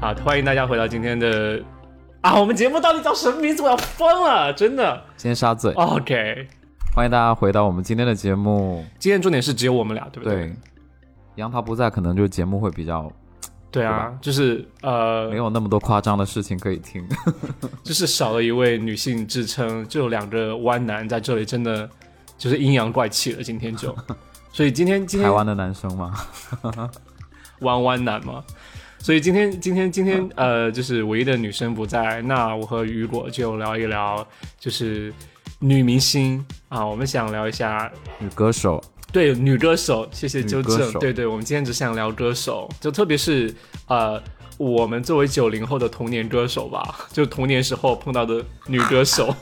好，欢迎大家回到今天的啊，我们节目到底叫什么名字？我要疯了，真的。今天沙嘴，哦 OK，欢迎大家回到我们今天的节目。今天重点是只有我们俩，对不对？对，杨桃不在，可能就节目会比较对啊，就是呃没，有那么多夸张的事情可以听。就是少了一位女性支撑，就有两个弯男在这里，真的就是阴阳怪气了。今天 就，所以今天今台天湾的男生嘛，弯弯男嘛。所以今天，今天，今天，嗯呃，就是唯一的女生不在，那我和雨果就聊一聊，就是女明星啊，我们想聊一下女歌手，对女歌手，谢谢女纠歌正。手对对，我们今天只想聊歌手，就特别是呃，我们作为九零后的童年歌手吧， 就童年时候碰到的女歌 手。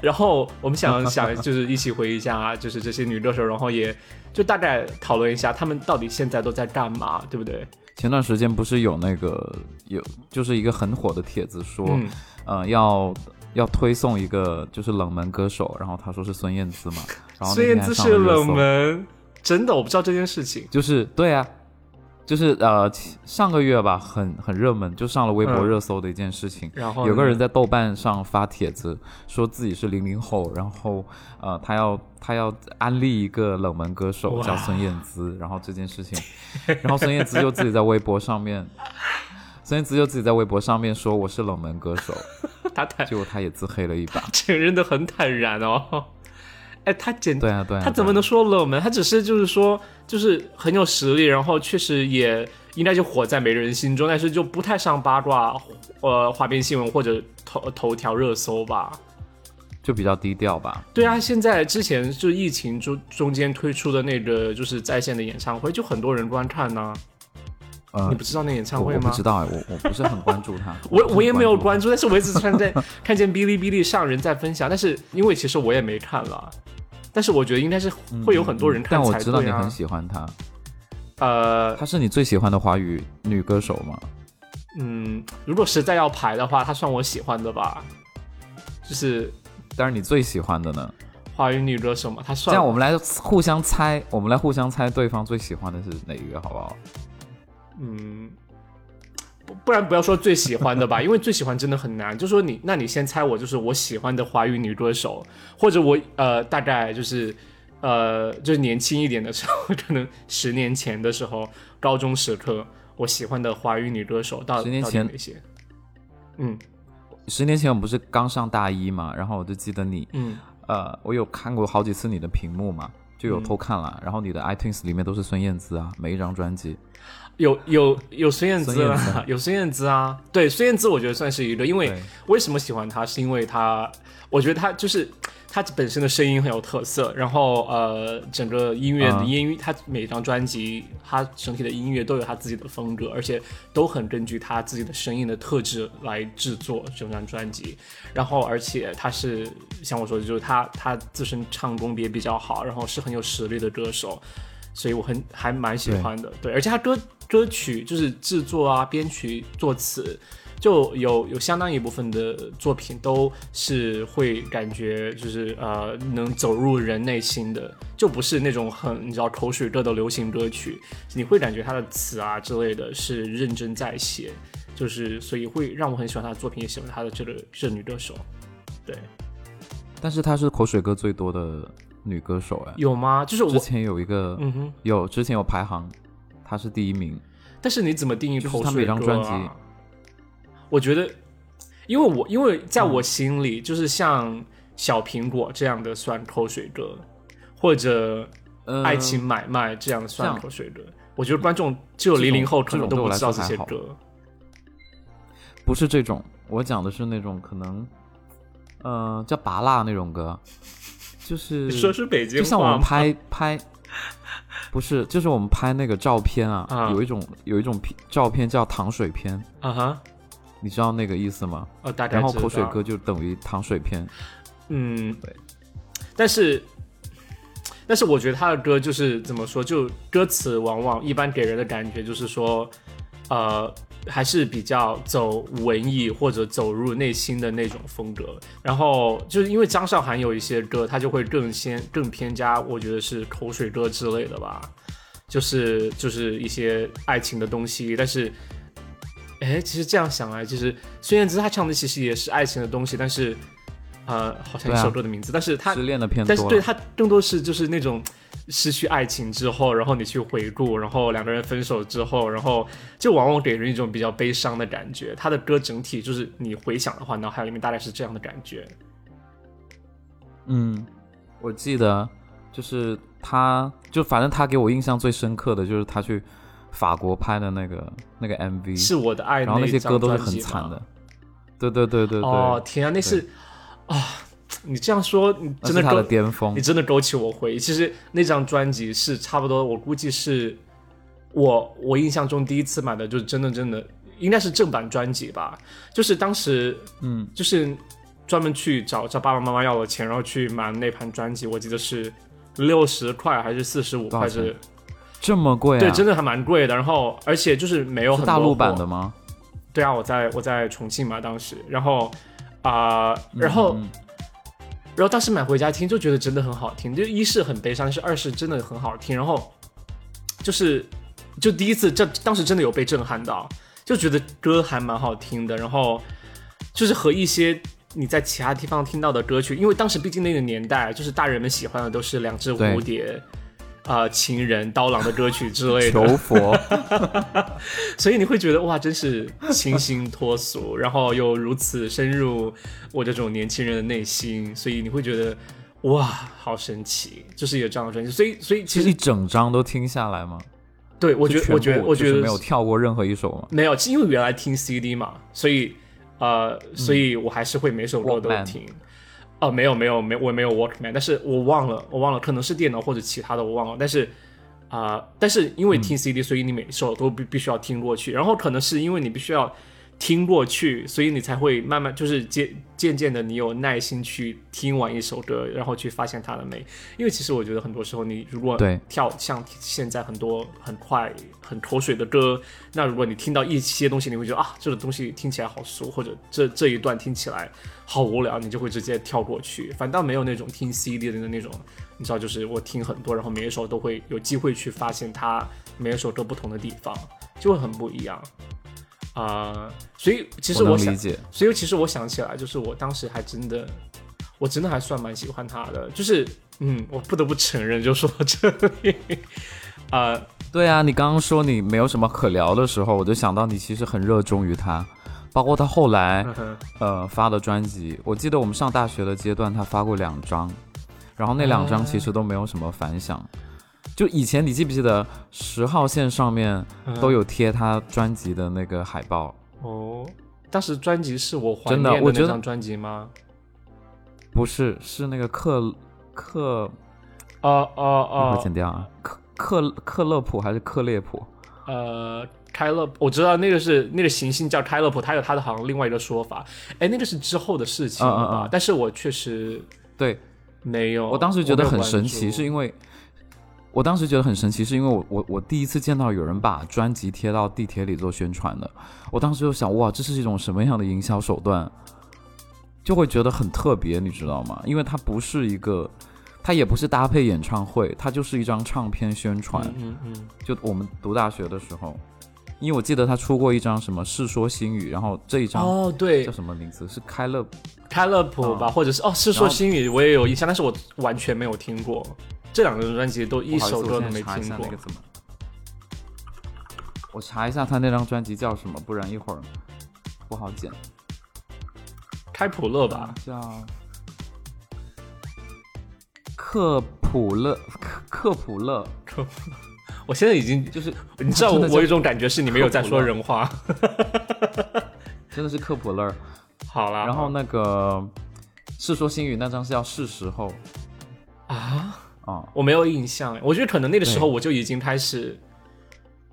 然后我们想想，就是一起回忆一下，就是这些女歌手，然后也就大概讨论一下她们到底现在都在干嘛，对不对？前段时间不是有那个有，就是一个很火的帖子说，嗯，呃，要要推送一个就是冷门歌手，然后他说是孙燕 姿嘛，然后那孙天燕还姿上了是热搜冷，门，真的我不知道这件事情。就是对啊。就是呃，其上个月吧，很很热门，就上了微博嗯热搜的一件事情。然后有个呢人在豆瓣上发帖子，说自己是零零后，然后呃，他要他要安利一个冷门歌手哇叫孙燕姿，然后这件事情， 然后孙燕姿就自己在微博上面，孙燕姿就自己在微博上面说我是冷门歌手，她坦结果他也自黑了一 把。承认的很坦然哦。哎，她简对啊，对啊，他怎么对能啊说冷门？他只是就是说，就是很有实力，然后确实也应该就火在每个人心中，但是就不太上八卦，呃，花边新闻或者头头条热搜吧。就比较低调吧？对啊，现在之前就疫情中中间推出的那个就是在线的演唱会，就很多人观看呢、呃你不，知道那演唱我会我不吗知？道哎，我我不是很关注他，我不是我也很没有他关注，但是我一直看在看见哔哩哔哩上人在分享，但是因为其实我也没看了，但是我觉得应该是会有很多人看嗯但我才知道对你啊很。喜欢他，呃，他是你最喜欢的华语女歌手吗？嗯，如果实在要排的话，她算我喜欢的吧，就是但是你最喜欢的呢？华语女歌手嘛，她算这样我们来互相猜，我们来互相猜对方最喜欢的是哪一个，好不好？嗯，不不然不要说最喜欢的 吧，因为最喜欢真的很难。就说你，那你先猜我就是我喜欢的华语女歌手，或者我呃大概就是呃就是年轻一点的时候，可能十年前的时候，高中时刻我喜欢的华语女歌手到10年到底前哪些？嗯十年前我们不是刚上大一嘛，然后我就记得你，嗯，呃，我有看过好几次你的屏幕嘛，就有偷看嗯了，然后你的 iTunes 里面都是孙燕姿啊，每一张专辑。有有有孙燕姿孙燕啦，有孙燕姿啊，对孙燕姿，我觉得算是一个，因为对为什么喜欢她，是因为她，我觉得她就是她本身的声音很有特色，然后呃，整个音乐的嗯音乐，她每张专辑她整体的音乐都有她自己的风格，而且都很根据她自己的声音的特质来制作整张专辑，然后而且她是像我说的，就是她她自身唱功也比较好，然后是很有实力的歌手，所以我很还蛮喜欢的。对，而且他歌歌曲就是制作啊、编曲、作词，就有有相当一部分的作品都是会感觉就是呃能走入人内心的，就不是那种很你知道口水歌的流行歌曲，你会感觉他的词啊之类的是认真在写，就是所以会让我很喜欢他的作品，也喜欢他的这个这个女歌手。对，嗯但是她是口水歌最多的女歌手哎，有吗？就是之我，前有一个、嗯哼。有之前有排行，她是第一名，但是你怎么定义就是口他水每歌、啊？张专辑嗯我觉得，因为我因为在我心里，就是像小苹果这样的算口水歌，或者呃，爱情买卖这样这算样口水歌。我觉得观众只有这种零零后可能这种都对我不来知道说这些还好歌。不是这种，我讲的是那种可能，呃，叫拔蜡那种歌，就是你说是北京就像我话们吗？拍拍，不是，就是我们拍那个照片啊，啊有一种有一种片照片叫糖水片，啊哈，你知道那个意思吗？哦，大概然后知道口水歌，就等于糖水片，嗯，对。但是，但是我觉得他的歌就是怎么说，就歌词往往一般给人的感觉就是说，呃，还是比较走文艺或者走入内心的那种风格。然后就是因为张韶涵有一些歌，她就会更先更偏加，我觉得是口水歌之类的吧，就是就是一些爱情的东西。但是哎，其实这样想来，其实孙燕姿她唱的其实也是爱情的东西，但是，呃，好像对啊一首歌的名字，但是她失恋的片但是多对了，他更多是就是那种失去爱情之后，然后你去回顾，然后两个人分手之后，然后就往往给人一种比较悲伤的感觉。他的歌整体就是你回想的话，脑海里面大概是这样的感觉。嗯，我记得就是他，就反正他给我印象最深刻的就是他去法国拍的那个那个 MV，是我的爱嗯然后那那些张歌都是专很辑惨吗的。。对对对对对，哦天啊，那是啊，你这样说，你那真是他的勾，巅峰你。真的勾起我回忆。其实那张专辑是差不多，我估计是我我印象中第一次买的，就是真的真的应该是正版专辑吧。就是当时嗯，就是专门去找找爸爸妈妈要了钱，然后去买那盘专辑，我记得是六十块还是四十五多块少钱是，这么贵啊？对，真的还蛮贵的。然后而且就是没有很是多大陆版货的吗？对啊，我在我在重庆嘛，当时，然后啊、然后、嗯然后当时买回家听，就觉得真的很好听，就一是很悲伤，是二是真的很好听，然后就是就第一次这当时真的有被震撼到，就觉得歌还蛮好听的，然后就是和一些。你在其他地方听到的歌曲，因为当时毕竟那个年代，就是大人们喜欢的都是两只对蝴蝶、啊、情人、刀郎的歌曲之类的。求佛，所以你会觉得哇，真是清新脱俗，然后又如此深入我这种年轻人的内心，所以你会觉得哇，好神奇，就是有这样的专辑。所以，所以其是一实整张都听下来吗？对我觉是得，我觉全得，部我觉就得是没有跳过任何一首吗？没有，因为原来听 CD 嘛，所以呃，所以我还是会每首歌都嗯 Walkman 听。哦，没有没有没有我没有 Walkman，但是我忘了，我忘了，可能是电脑或者其他的，我忘了。但是啊、但是因为嗯听 CD，、所以你每首都必必须要听过去，然后可能是因为你必须要听过去，所以你才会慢慢就是渐渐渐的，你有耐心去听完一首歌，然后去发现它的美。因为其实我觉得很多时候，你如果对跳像现在很多很快很口水的歌，那如果你听到一些东西，你会觉得啊，这个东西听起来好俗，或者这这一段听起来好无聊，你就会直接跳过去。反倒没有那种听 CD 的那种，你知道，就是我听很多，然后每一首都会有机会去发现它每一首歌不同的地方，就会很不一样。啊、所以其实我我能想理，解，所以其实我想起来，就是我当时还真的，我真的还算蛮喜欢他的，就是嗯，我不得不承认，就说到这里， 啊、对啊，你刚刚说你没有什么可聊的时候，我就想到你其实很热衷于他，包括他后来嗯哼呃发的专辑，我记得我们上大学的阶段他发过两张，然后那两张其实都没有什么反响。就以前你记不记得十号线上面都有贴他专辑的那个海报？哦，当时专辑是我怀真念的我觉那得张专辑吗？不是，是那个克克，哦一会儿哦剪掉啊，克克克勒普还是克列普？哦，呃，开勒，我知道那个是那个行星叫开勒普，他有他的好像另外一个说法，哎，那个是之后的事情了吧？嗯嗯嗯但是我确实对，没有，我当时觉得很神奇，是为因为我当时觉得很神奇，是因为我我我第一次见到有人把专辑贴到地铁里做宣传的，我当时就想，哇，这是一种什么样的营销手段？就会觉得很特别，你知道吗？因为它不是一个，它也不是搭配演唱会，它就是一张唱片宣传。嗯嗯嗯，就我们读大学的时候，因为我记得他出过一张什么《世说新语》，然后这一张哦对叫，什么名字？是开乐开乐普吧，或者是哦《世说新语》，我也有印象，但是我完全没有听过。这两张专辑都一首歌都没不好意思听我现在过查一下那个。怎么？我查一下他那张专辑叫什么，不然一会儿不好剪。开普勒啊吧，叫克普勒，克克普勒，我现在已经，嗯就是你知道真我的叫我有一种感觉是你没有在开说普勒人话。真的是克普勒。好啦，然后那个《世说新语》那张是叫是时候啊，啊、我没有印象，我觉得可能那个时候我就已经开始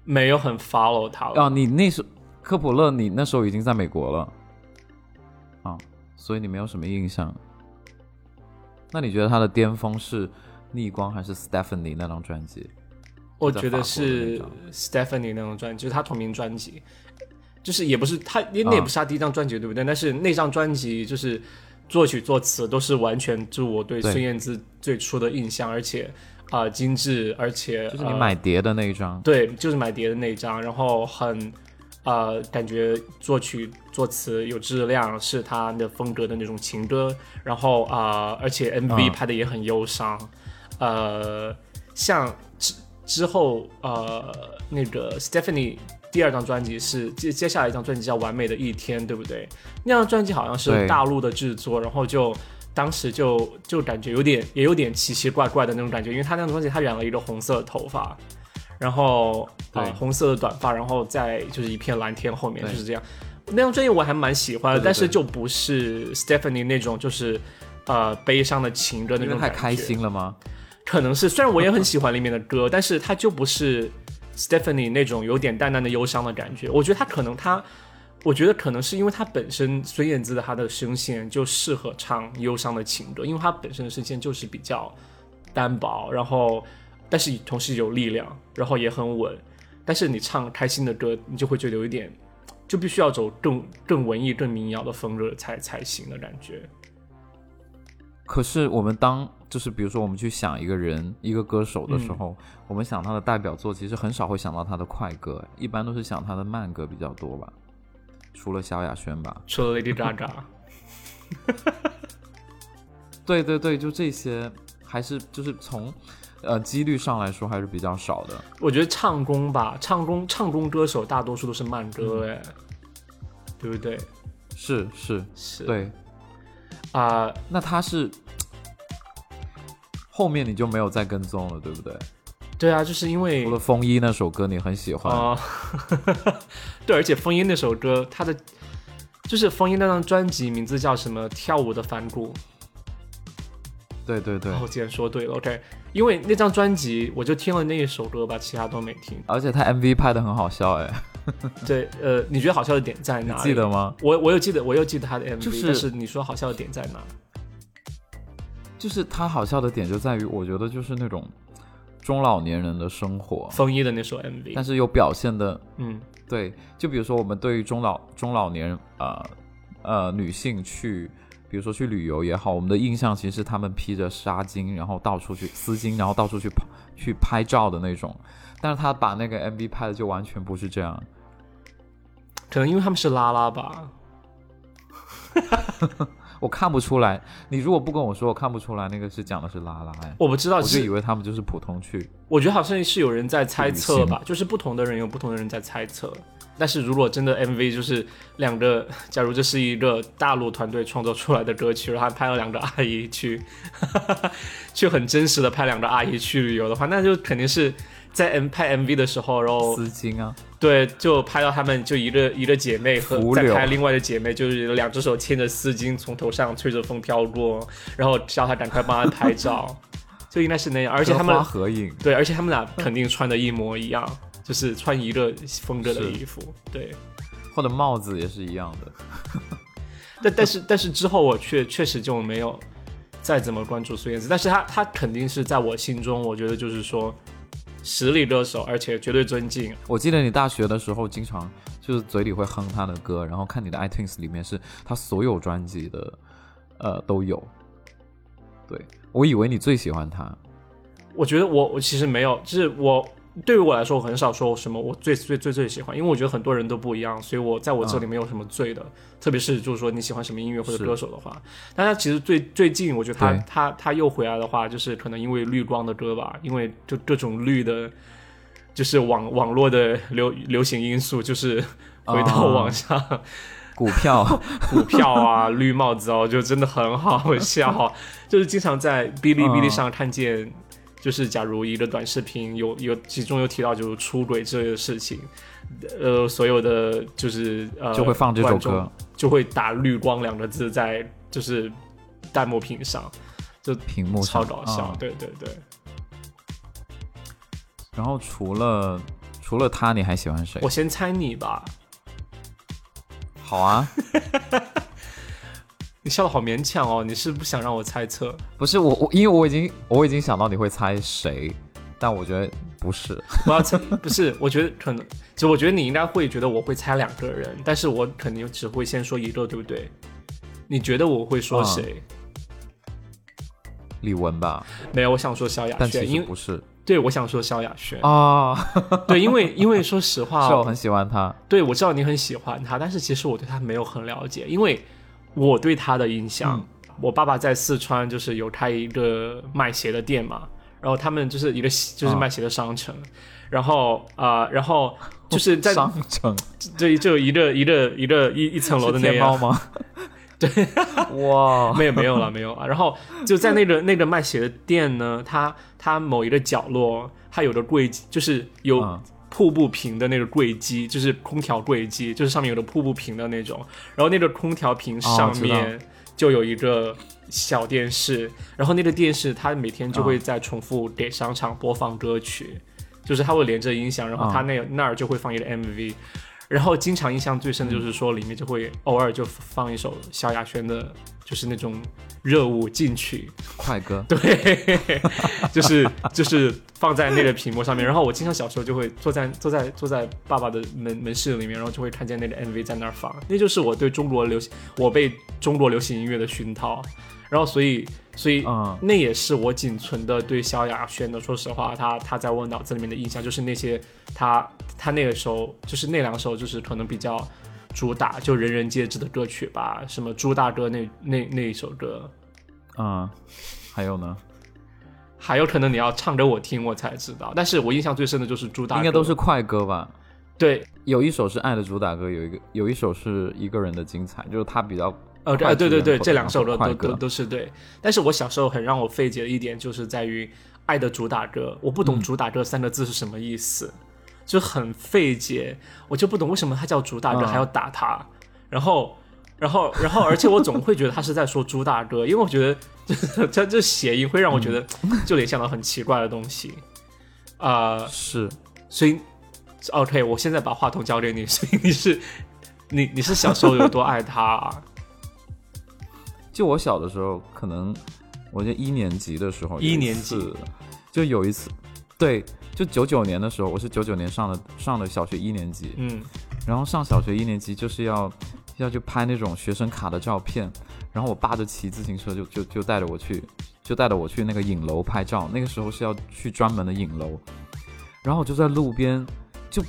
没有很 follow 他了。啊，你那时候科普勒，你那时候已经在美国了啊，所以你没有什么印象。那你觉得他的巅峰是《逆光》还是 Stephanie 那张专辑？我在觉法得国是的 Stephanie 那张专辑，就是她同名专辑，就是也不是她，因为啊那也不是她第一张专辑，对不对？但是那张专辑就是作曲作词都是完全就我对对孙燕姿最初的印象，而且啊、呃精致，而且就是你呃买碟的那一张，对，就是买碟的那一张，然后很呃，感觉作曲作词有质量，是他的风格的那种情歌。然后啊、呃而且 MV 嗯拍的也很忧伤，呃，像之之后呃那个 Stephanie 第二张专辑是接接下来一张专辑叫《完美的一天》，对不对？那张专辑好像是对大陆的制作，然后就。当时就就感觉有点也有点奇奇怪怪的那种感觉，因为他那张专辑他染了一个红色的头发，然后啊、对红色的短发，然后在就是一片蓝天后面对就是这样。那张专辑我还蛮喜欢的，对对但是对就不是 Stephanie 那种就是呃悲伤的情歌那因为种太感觉。开心了吗？可能是虽然我也很喜欢里面的歌，但是它就不是 Stephanie 那种有点淡淡的忧伤的感觉。我觉得他可能他，我觉得可能是因为他本身孙燕姿的她的声线就适合唱忧伤的情歌，因为她本身的声线就是比较单薄，然后但是同时有力量，然后也很稳。但是你唱开心的歌，你就会觉得有一点，就必须要走更更文艺、更民谣的风格才才行的感觉。可是我们当就是比如说我们去想一个人一个歌手的时嗯候，我们想他的代表作，其实很少会想到他的快歌，一般都是想他的慢歌比较多吧。除了萧亚轩吧，除了 Lady Gaga，对对对，就这些，还是就是从呃几率上来说还是比较少的。我觉得唱功吧，唱功唱功歌手大多数都是慢歌，嗯哎、对不对？是是，是对。啊、那他是后面你就没有再跟踪了，对不对？对啊，就是因为除了《风衣》那首歌你很喜欢，啊、 对，而且风音那首歌，它的就是风音那张专辑名字叫什么？跳舞的反骨。对对对。哦，我竟然说对了，OK，因为那张专辑我就听了那一首歌吧，其他都没听。而且他 MV 拍的很好笑，哎，对，呃，你觉得好笑的点在你哪里？记得吗？我我有记得，我有记得他的 MV，、就是但是你说好笑的点在哪？就是他好笑的点就在于，我觉得就是那种中老年人的生活，风衣的那首哦 MV，但是又表现的嗯对，就比如说我们对于中老中老年呃呃女性去，比如说去旅游也好，我们的印象其实是她们披着纱巾，然后到处去丝巾，然后到处去拍去拍照的那种。但是他把那个 MV 拍的就完全不是这样，可能因为他们是拉拉吧，我看不出来。你如果不跟我说，我看不出来那个是讲的是拉拉、哎，我不知道，我其就以实为他们就是普通去。我觉得好像是有人在猜测旅吧，就是不同的人有不同的人在猜测。但是如果真的 MV 就是两个， 假如这是一个大陆团队创作出来的歌曲，然后还拍了两个阿姨去， 去很真实的拍两个阿姨去旅游的话，那就肯定是在 M 拍 MV 的时候，然后丝巾啊，对，就拍到他们就一个一个姐妹和浮再柳拍另外的姐妹，就是两只手牵着丝巾从头上吹着风飘过，然后叫她赶快帮她拍照，就应该是那样。而且他们跟花合影，对，而且他们俩肯定穿的一模一样，就是穿一个风格的是衣服。对，或者帽子也是一样的。但但是但是之后我确确实就没有再怎么关注孙燕姿，但是她她肯定是在我心中，我觉得就是说实力歌手，而且绝对尊敬。我记得你大学的时候，经常就是嘴里会哼他的歌，然后看你的 iTunes 里面是他所有专辑的，呃，都有。对，我以为你最喜欢他，我觉得我我其实没有，就是我对于我来说，我很少说什么我最最最最喜欢，因为我觉得很多人都不一样，所以我在我这里没有什么最的，特别是就是说你喜欢什么音乐或者嗯是歌手的话，但他其实最最近我觉得他对他他又回来的话，就是可能因为绿光的歌吧，因为就各种绿的，就是网网络的流流行因素，就是回到啊网上。股票 股票啊、绿帽子哦，就真的很好 笑，就是经常在哔哩嗯哔哩上看见，就是假如一个短视频有有其中有提到就是出轨之类的事情，呃，所有的就是呃就会放这首观众歌，就会打“绿光”两个字在就是弹幕屏上，屏幕超上搞笑，嗯对对对。然后除了除了他，你还喜欢谁我？先猜你吧，好啊，你笑的好勉强哦，你是不想让我猜测？不是我我，因为我已经我已经想到你会猜谁，但我觉得不是。我要猜，不是，我觉得可能，就我觉得你应该会觉得我会猜两个人，但是我肯定只会先说一个，对不对？你觉得我会嗯说谁？李玟吧，没有，我想说萧亚但其轩，实因为不是。对，我想说萧亚轩，啊，对，因为因为说实 是我话，很喜欢他。对我知道你很喜欢他，但是其实我对他没有很了解，因为我对他的印象，嗯我爸爸在四川就是有开一个卖鞋的店嘛，然后他们就是一个就是嗯卖鞋的商城，然后啊、呃然后就是在 商城对就有一个一个一个一一 层楼的是那天猫样，吗？对， 哇，没有没有了没有啊，然后就在那个那个卖鞋的店呢，它它某一个角落，它有个柜机，就是有嗯瀑布屏的那个柜机，就是空调柜机，就是上面有个瀑布屏的那种，然后那个空调屏上面哦就有一个小电视，然后那个电视它每天就会在重复给商场播放歌曲，就是它会连着音响，然后它那、那儿就会放一个 MV。然后经常印象最深的就是说，里面就会偶尔就放一首萧亚轩的，就是那种热舞进曲，快歌对， 就是就是放在那个屏幕上面。然后我经常小时候就会坐在坐在坐在爸爸的门门室里面，然后就会看见那个 MV 在那儿放，那就是我对中国流行，我被中国流行音乐的熏陶。然后所以所以、嗯那也是我仅存的对萧亚轩的，说实话，他他在我脑子里面的印象就是那些他他那个时候就是那两首就是可能比较。主打就人人皆知的歌曲吧，什么朱大哥那那那一首歌，嗯，还有呢，还有可能你要唱给我听，我才知道。但是我印象最深的就是朱大哥，应该都是快歌吧？对，有一首是《爱的主打歌》，有一个有一首是一个人的精彩，就是他比较呃，快对对对对，歌这两首歌快都歌都都是对。但是我小时候很让我费解的一点就是在于“爱的主打歌”，我不懂“主打歌”三个字是什么意思，就很费解，我就不懂为什么它叫主打歌嗯还要打它，然后。然后，然后，而且我总会觉得他是在说朱大哥，因为我觉得 这这这谐音会让我觉得嗯就联想到很奇怪的东西，啊、是所以，OK，我现在把话筒交给你，所以你是你你是小时候有多爱他、啊？就我小的时候，可能我就一年级的时候，一有年次级就有一次，对，就九九年的时候，我是九九年上的上的小学一年级， 嗯，然后上小学一年级就是要要去拍那种学生卡的照片，然后我爸就骑自行车就就就带着我去，就带着我去那个影楼拍照，那个时候是要去专门的影楼，然后我就在路边就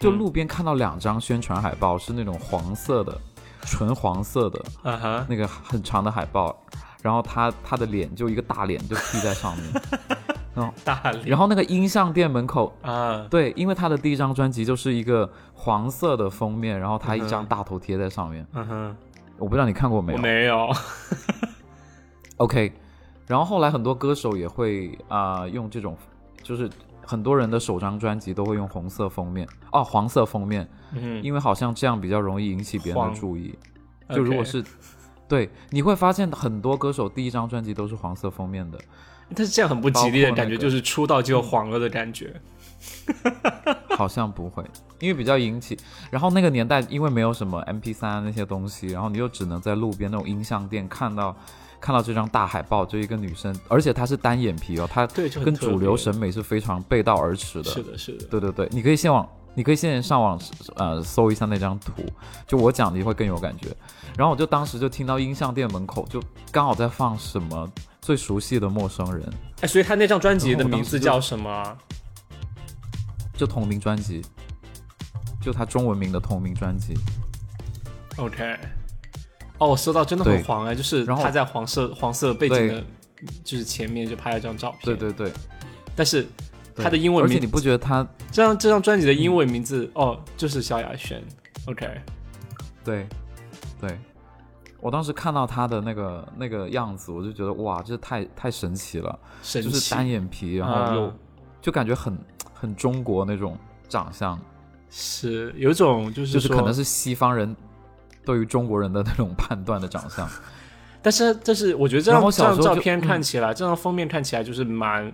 就嗯路边看到两张宣传海报，是那种黄色的，纯黄色的，啊哈，那个很长的海报，然后他他的脸就一个大脸就披在上面， 大脸然后那个音像店门口，啊，对，因为他的第一张专辑就是一个黄色的封面，然后他一嗯张哼大头贴在上面，嗯哼，我不知道你看过没我有没有， ？OK，然后后来很多歌手也会啊、用这种，就是很多人的首张专辑都会用红色封面哦，黄色封面，嗯，因为好像这样比较容易引起别人黄的注意。就如果 OK，是对，你会发现很多歌手第一张专辑都是黄色封面的。但是这样很不吉利的包括那感觉，个就是出道就黄了的感觉。好像不会，因为比较引起。然后那个年代，因为没有什么 MP 3那些东西，然后你就只能在路边那种音像店看到看到这张大海报，就一个女生，而且她是单眼皮哦，她对就很跟特主流别审美是非常背道而驰的。是的，是的，对对对，你可以先往，你可以先上网呃搜一下那张图，就我讲的会更有感觉。然后我就当时就听到音像店门口就刚好在放什么最熟悉的陌生人，哎，所以他那张专辑然的后我当名字时就叫什么啊？就同名专辑，就她中文名的同名专辑。 OK，哦，我搜到真的对很黄哎，就是然后他在黄色黄色背景对的，就是前面就拍了张照片，对，对对，但是对他的英文而名且你不觉得他这张这张专辑的嗯英文名字、哦，就是萧亚轩。OK，对对？我当时看到他的那个那个样子，我就觉得哇，这太太神奇了，神奇，就是单眼皮，然后又、啊就感觉很很中国那种长相，是有一种就是就说是可能，是西方人对于中国人的那种判断的长相。但是但是我觉得这然后张我这小时张候照就片嗯看起来，这张封面看起来就是蛮。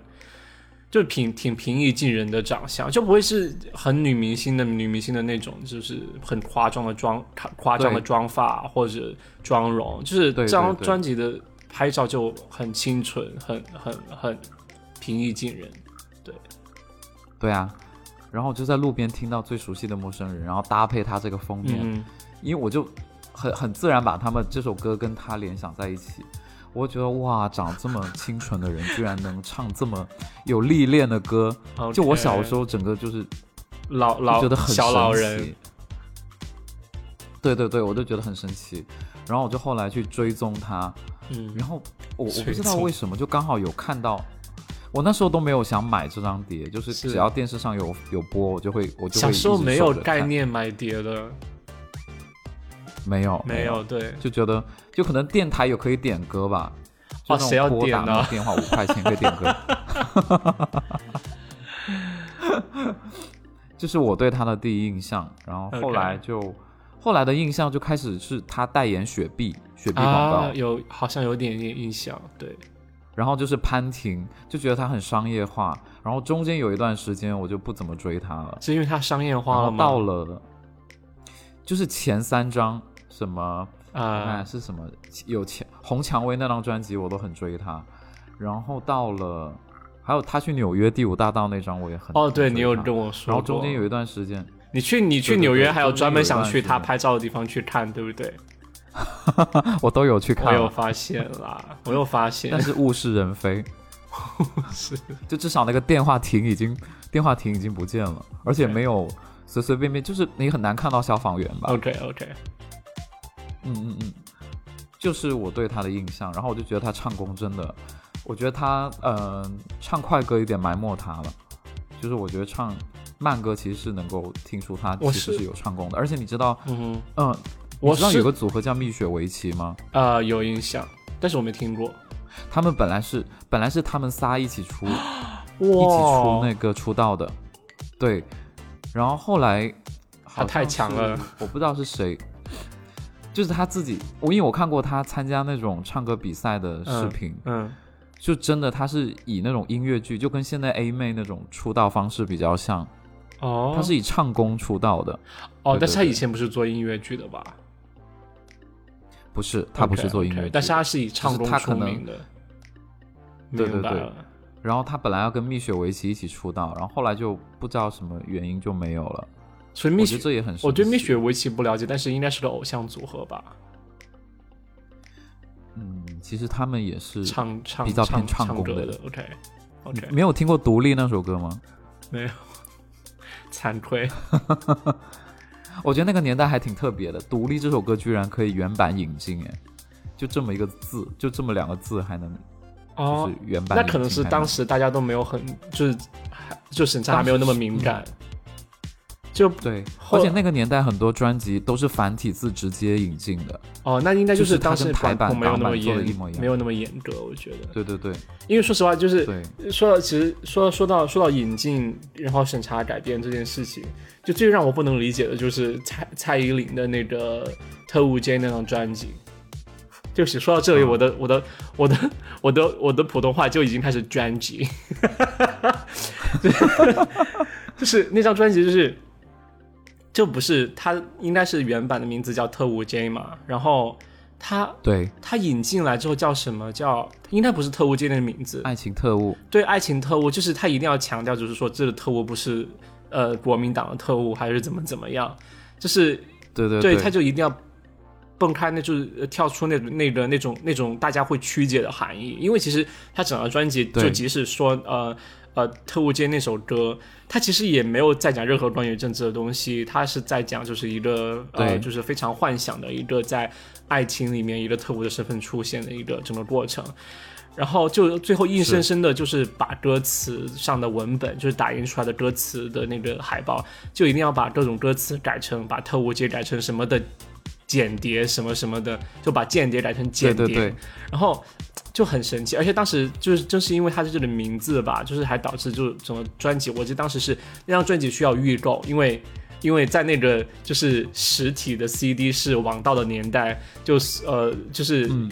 就挺挺平易近人的长相，就不会是很女明星的女明星的那种，就是很夸张的妆夸张的对妆发或者妆容，就是对这对张对专辑的拍照就很清纯，很很很平易近人。对啊，然后我就在路边听到最熟悉的陌生人，然后搭配他这个封面，嗯，因为我就很很自然把他们这首歌跟他联想在一起。我觉得哇，长这么清纯的人，居然能唱这么有历练的歌。 OK 就我小时候，整个就是老就老觉得很小老神人奇，对对对，我就觉得很神奇。然后我就后来去追踪他，嗯然后我我不追知道踪为什么，就刚好有看到。我那时候都没有想买这张碟，就是是只要电视上有有播，我就会我就小会时候一直没有守着概看，念买碟的，没有没有对，就觉得就可能电台有可以点歌吧。哇就那种谁要拨点呢打那种电话五块钱可以点歌。 这是我对他的第一印象，然后后 OK 来就后来的印象就开始是他代言雪碧，雪碧广告，啊，有好像有点点印象，对，然后就是潘婷，就觉得他很商业化，然后中间有一段时间我就不怎么追他了，是因为它商业然化了后吗？到了就是前三张什么哎，啊，是什么？有蔷红蔷薇那张专辑我都很追他，然后到了，还有他去纽约第五大道那张我也很哦，对很追你有他跟我说过，然后中间有一段时间，你去你去对对纽约对还有中间专门有一想段去时他间拍照的地方去看，对不对？我都有去我看有了，发现 啦，我有发现但，是物是人非， 是就至少那个电话亭已经电话亭已经不见了，而且 OK 没有随随便便，就是你很难看到消防员吧？ OK OK，嗯嗯嗯，就是我对他的印象，然后我就觉得他唱功真的，我觉得他呃唱快歌有点埋没他了，就是我觉得唱慢歌其实是能够听出他我其实是是有唱功的，而且你知道，嗯哼，嗯、我你知道是有个组合叫蜜雪维奇吗？呃，有印象，但是我没听过，他们本来是本来是他们仨一起出，哇，一起出那个出道的，对，然后后来他太强了，我不知道是谁，就是他自己，我因为我看过他参加那种唱歌比赛的视频，嗯就真的他是以那种音乐剧，就跟现在 A 妹那种出道方式比较像，哦，他是以唱功出道的，哦，对但是他对以前不是做音乐剧的吧？不是他不是做音乐 o k 剧，但是他是以唱功就是他出可能名的。对对明白对了然后他本来要跟蜜雪维奇一起出道，然后后来就不知道什么原因就没有了，所以我蜜觉雪得，这也很神奇我对蜜雪维奇不了解，但是应该是个偶像组合吧，嗯，其实他们也是唱唱比较唱偏唱唱功歌的嗯的。OK 你 OK，没有听过《独立》那首歌吗？没有，惭愧。我觉得那个年代还挺特别的，《独立》这首歌居然可以原版引进，哎，就这么一个字，就这么两个字还能就哦是，原版、那可能是当时大家都没有很，就是还就审查还没有那么敏感，嗯就对，后而且那个年代很多专辑都是繁体字直接引进的，哦，那应该就是是它当时跟台管版控没有那港么版做的严一模一，样没有那么严格，我觉得。对对对因为说实话，就是对，说到其实说说到说到引进，然后审查改编这件事情，就最让我不能理解的就是蔡蔡依林的那个《特务 J》那张专辑。对不起，说到这里，嗯我的我的我的我的我的普通话就已经开始专辑， 就是那张专辑就是。就不是它应该是原版的名字叫《特务 J》嘛，然后它对，《它引进来之后叫什么叫？应该不是特务界的名字，爱情特务》对爱情特务，就是他一定要强调，就是说这个特务不是呃国民党的特务，还是怎么怎么样，就是对对对对，他就一定要蹦开那，就是呃跳出那那个那种那种大家会曲解的含义，因为其实他整张专辑对就即使说呃呃特务街那首歌，他其实也没有在讲任何关于政治的东西，他是在讲就是一个呃对就是非常幻想的一个在爱情里面一个特务的身份出现的一个整个过程。然后就最后硬生生的就是把歌词上的文本，就是打印出来的歌词的那个海报，就一定要把各种歌词改成把特务街改成什么的间谍什么什么的，就把间谍改成间对谍，对对，然后就很神奇。而且当时就是正是因为它是这个名字吧，就是还导致就是整个专辑，我记得当时是那张专辑需要预购，因为。因为在那个就是实体的 CD 是王道的年代，就是呃就是嗯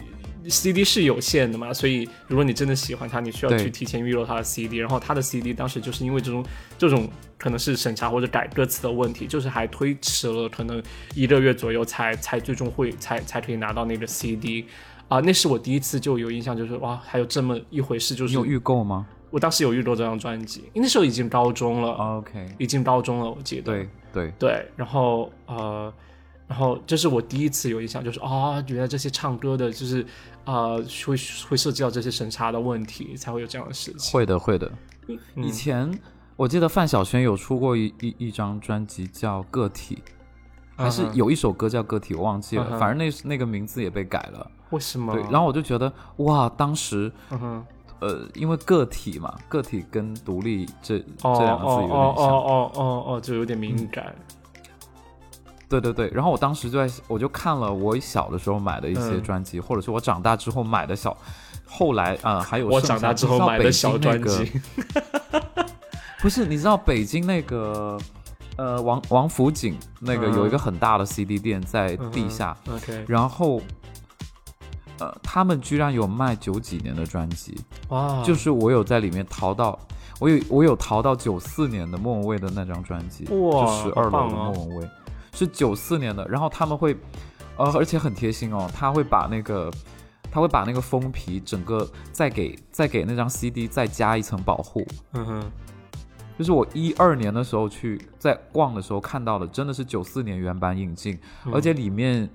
CD 是有限的嘛，所以如果你真的喜欢它，你需要对去提前预热它的 CD。然后它的 CD 当时就是因为这种这种可能是审查或者改歌词的问题，就是还推迟了可能一个月左右才才最终会才才可以拿到那个 CD。啊、那是我第一次就有印象，就是哇，还有这么一回事，就你是有预购吗我当时有预购这张专辑，因为那时候已经高中了，啊哦？OK，已经高中了，我记得。对对，对，然后呃，然后这是我第一次有印象，就是啊、哦，原来这些唱歌的，就是啊、呃会会涉及到这些审查的问题，才会有这样的事情。嗯会的，会的。以前我记得范晓萱有出过一一一张专辑叫《个体》，还嗯是哼有一首歌叫《个体》，我忘记了嗯哼反正那那个名字也被改了。为什么？对，然后我就觉得哇，当时嗯哼，呃，因为个体嘛，个体跟独立这哦这两个字有哦哦点像。哦哦哦哦，就有点敏感。对对对，然后我当时就在，我就看了我小的时候买的一些嗯专辑，或者是我长大之后买的小，后来啊、呃还有我长剩下大你之知后道买北的京小那专个辑， 不是，你知道北京那个呃王王府井那个嗯有一个很大的 CD 店在嗯哼地下， OK，然后呃他们居然有卖九几年的专辑，哇，就是我有在里面淘到，我有我有淘到九四年的莫文蔚的那张专辑，哇就十好二棒楼的哦莫文蔚，是九四年的。然后他们会，呃，而且很贴心哦，他会把那个他会把那个封皮整个再给再给那张 CD 再加一层保护。嗯哼，就是我一二年的时候去在逛的时候看到的，真的是九四年原版引进，嗯而且里面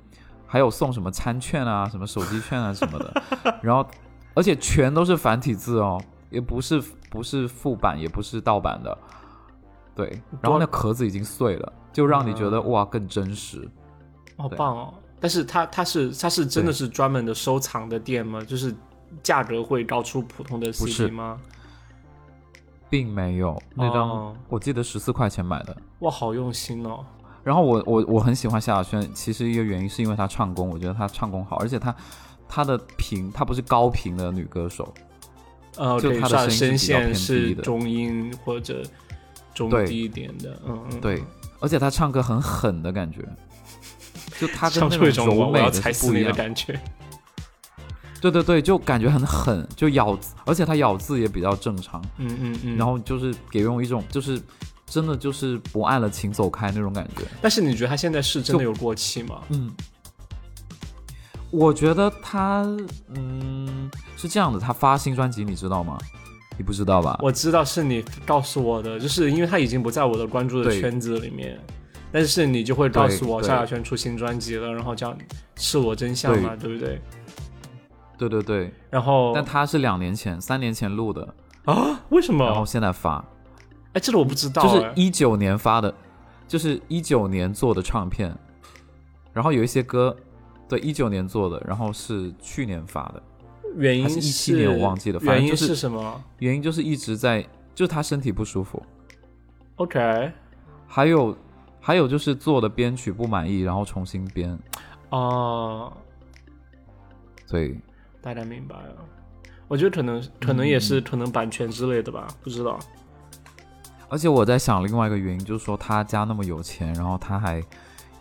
还有送什么餐券啊、什么手机券啊什么的， 然后而且全都是繁体字哦，也不是不是副版，也不是盗版的，对。然后那壳子已经碎了，就让你觉嗯得、哇更真实。好对棒哦！但是它它是它是真的对是专门的收藏的店吗？就是价格会高出普通的不 CD 是吗？并没有那张，哦我记得十四块钱买的。哇，好用心哦！然后我我我很喜欢萧亚轩，其实一个原因是因为她唱功，我觉得她唱功好，而且她她的频，她不是高频的女歌手，呃，就对，它的算声声线音是比较偏是低的中音或者中对低一点的，嗯嗯，对，而且她唱歌很狠的感觉，就她跟唱出那一种我柔我美要的踩是死不你一的样，感觉。对对对，就感觉很狠，就咬字，而且她咬字也比较正常，嗯嗯嗯。然，后就是给人一种就是真的就是不爱了请走开那种感觉，但是你觉得他现在是真的有过气吗？嗯，我觉得他，嗯，是这样的，他发新专辑，你知道吗？你不知道吧？我知道是你告诉我的，就是因为他已经不在我的关注的对圈子里面，但是你就会告诉我对对萧亚轩出新专辑了，然后这样赤裸真相嘛，对不对？对对对，然后但他是两年前、三年前录的，啊，为什然后么？现在发，哎，这个我不知道、就哎是一九年发的，就是一九年做的唱片，然后有一些歌，对，一九年做的，然后是去年发的，原因还是是17年我忘记了反正原因就是是什么原因就是一直在，就是他身体不舒服， ？OK，还有还有就是做的编曲不满意，然后重新编，哦、对，大概明白了。我觉得可能可能也嗯是可能版权之类的吧，不知道。而且我在想另外一个原因，就是说他家那么有钱，然后他还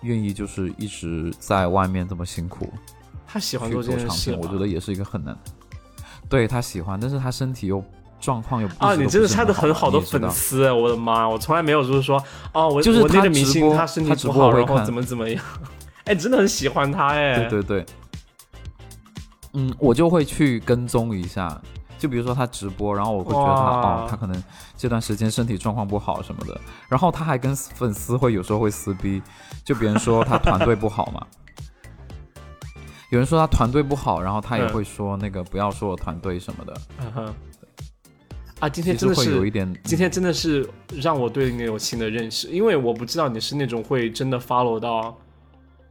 愿意就是一直在外面这么辛苦他喜欢去做这做件唱事片，吧，我觉得也是一个很难。对他喜欢，但是他身体又状况又啊，你真的的是他的很好的粉，丝，哎我的妈！我从来没有就是说，哦，我就是我那他个明直星播他身他体直不播好，我会然后看怎么怎么样，哎，真的很喜欢他哎。对对对，嗯，我就会去跟踪一下。就比如说他直播，然后我会觉得他哇哦，他可能这段时间身体状况不好什么的，然后他还跟粉丝会有时候会撕逼，就别人说他团队不好嘛，有人说他团队不好，然后他也嗯会说那个不要说我团队什么的，嗯哼。啊，今其天真的实会有一是点，今天真的是让我对你有新的认识，因为我不知道你是那种会真的 follow 到，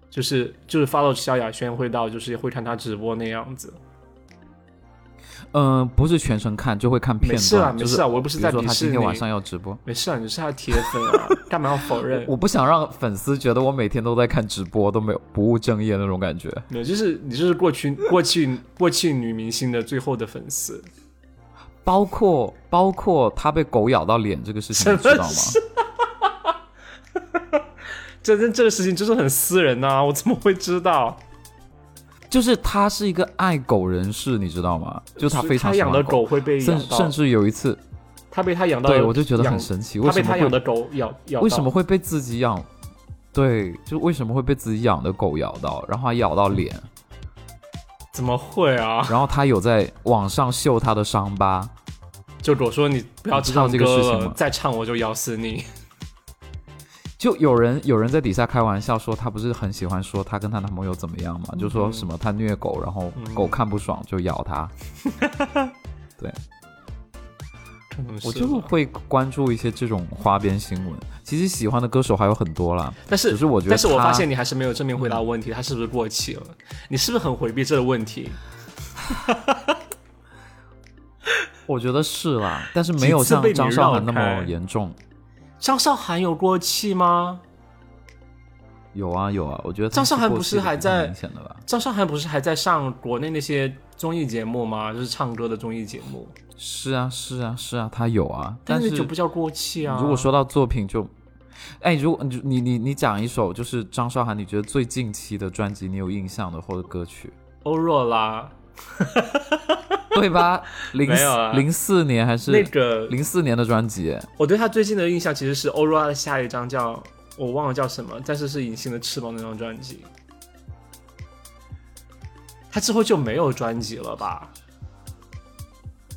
就是就是 follow 萧亚轩会到就是会看他直播那样子。嗯、不是全程看，就会看片没事啊段，没就事啊我又不是比在如说鄙他视今天你晚上要直播，没事啊，你是他的铁粉啊，干嘛要否认？ 我不想让粉丝觉得我每天都在看直播，都没有不务正业那种感觉。没有，就是你就是过去 过去过去女明星的最后的粉丝，包括包括他被狗咬到脸这个事情，你知 道吗？这这这个事情就是很私人呐、我怎么会知道？就是他是一个爱狗人士，你知道吗？就他非常他喜养欢的，狗会被甚咬到甚，至有一次，他被他养到，对我就觉得养很神奇，为他被什么他养会的狗咬咬到，为什么会被自己养？对，就为什么会被自己养的狗咬到，然后还咬到脸，怎么会啊？然后他有在网上秀他的伤疤，就狗说你不要你知道唱这个歌事情了吗，再唱我就咬死你。就有人有人在底下开玩笑说，她不是很喜欢说她跟她男朋友怎么样嘛，嗯就说什么她虐狗，然后狗看不爽就咬她。嗯对，可能是我就吧会关注一些这种花边新闻。其实喜欢的歌手还有很多啦，但只是是我觉得，但是我发现你还是没有正面回答问题，他是不是过气了？你是不是很回避这个问题？我觉得是啦，但是没有几次像被你张韶涵那绕开么严重。张韶涵有过气吗？有啊有啊，我觉得她张韶涵过不气是得还挺在明显的吧？张韶涵不是还在上国内那些综艺节目吗？就是唱歌的综艺节目，是啊是啊是啊，她有啊，但但是是就不叫过气啊。如果说到作品就，哎，如果你你你你讲一首就是张韶涵，你觉得最近期的专辑你有印象的或者歌曲，欧若拉对吧？零没有啊零四年还那是个，零四年的专辑？我对她最近的印象其实是欧若拉的下一张叫我忘了叫什么，但是是《隐形的翅膀》那张专辑。她之后就没有专辑了吧？